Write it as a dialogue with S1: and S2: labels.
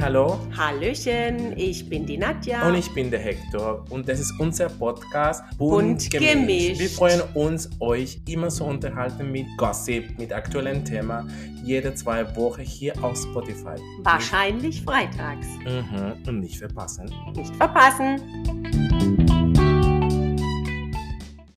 S1: Hallo
S2: Hallöchen, ich bin die Nadja.
S1: und ich bin der Hector und das ist unser Podcast
S2: Bunt gemischt.
S1: Wir freuen uns, euch immer zu unterhalten mit Gossip, mit aktuellen Themen, jede zwei Wochen hier auf Spotify.
S2: Wahrscheinlich freitags.
S1: Mhm. Und nicht verpassen.
S2: Nicht verpassen.